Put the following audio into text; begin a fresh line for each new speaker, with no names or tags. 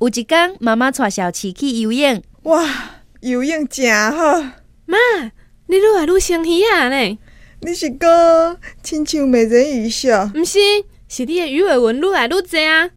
有一天，妈妈带小琪去游泳，
哇，游泳真好！
妈，你愈来愈像鱼啊呢？
你是讲亲像美人鱼笑？
毋是，是你的鱼尾纹愈来愈侪啊！